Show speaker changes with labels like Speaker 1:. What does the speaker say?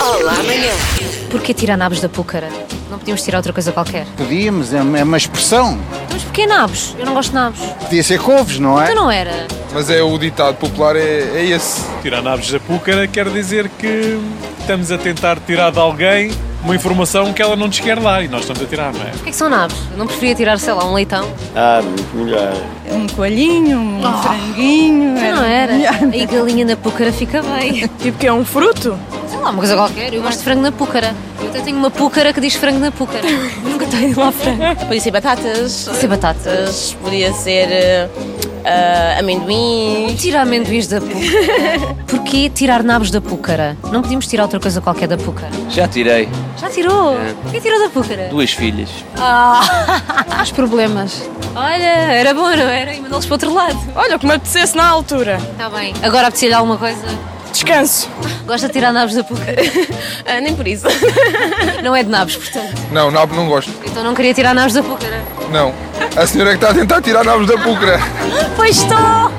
Speaker 1: Olá, amanhã.
Speaker 2: Porquê tirar nabos da púcara? Não podíamos tirar outra coisa qualquer.
Speaker 3: Podíamos, é uma é uma expressão.
Speaker 2: Mas porquê nabos? Eu não gosto de nabos.
Speaker 3: Podia ser couves, não é?
Speaker 2: Então não era.
Speaker 4: Mas é o ditado popular, é, é esse.
Speaker 5: Tirar naves da púcara quer dizer que estamos a tentar tirar de alguém uma informação que ela não nos quer dar e nós estamos a tirar, não é?
Speaker 2: Porquê que são nabos? Eu não preferia tirar, sei lá, um leitão?
Speaker 6: Ah, muito melhor.
Speaker 7: Um coelhinho, um franguinho.
Speaker 2: Então não era. E galinha na púcara fica bem.
Speaker 7: Tipo que é um fruto?
Speaker 2: Sei lá, uma coisa qualquer. Eu gosto de frango na púcara. Eu até tenho uma púcara que diz frango na púcara. Nunca tenho lá frango.
Speaker 8: Podia ser batatas,
Speaker 2: Isso é batata.
Speaker 8: batatas, podia ser eh, ah, amendoins.
Speaker 2: Tirar amendoins da púcara. Porquê tirar nabos da púcara? Não podíamos tirar outra coisa qualquer da púcara.
Speaker 6: Já tirei É.
Speaker 2: Já tirou? Quem tirou da púcara? Ah.
Speaker 6: duas filhas.
Speaker 9: Os problemas.
Speaker 2: Olha, era bom, não era? E mandou-los para o outro lado.
Speaker 7: Olha, o que me apetecesse na altura.
Speaker 9: Tá
Speaker 2: Está bem. Agora apetecia-lhe alguma coisa?
Speaker 7: Descanso.
Speaker 2: Gosta de tirar nabos da púcara?
Speaker 8: Ah, nem por isso.
Speaker 2: Não é de nabos, portanto.
Speaker 4: Não, nabo não gosto.
Speaker 2: Então não queria tirar nabos da púcara.
Speaker 4: é Não. é? A senhora que está a tentar tirar nabos da púcara.
Speaker 2: Pois estou!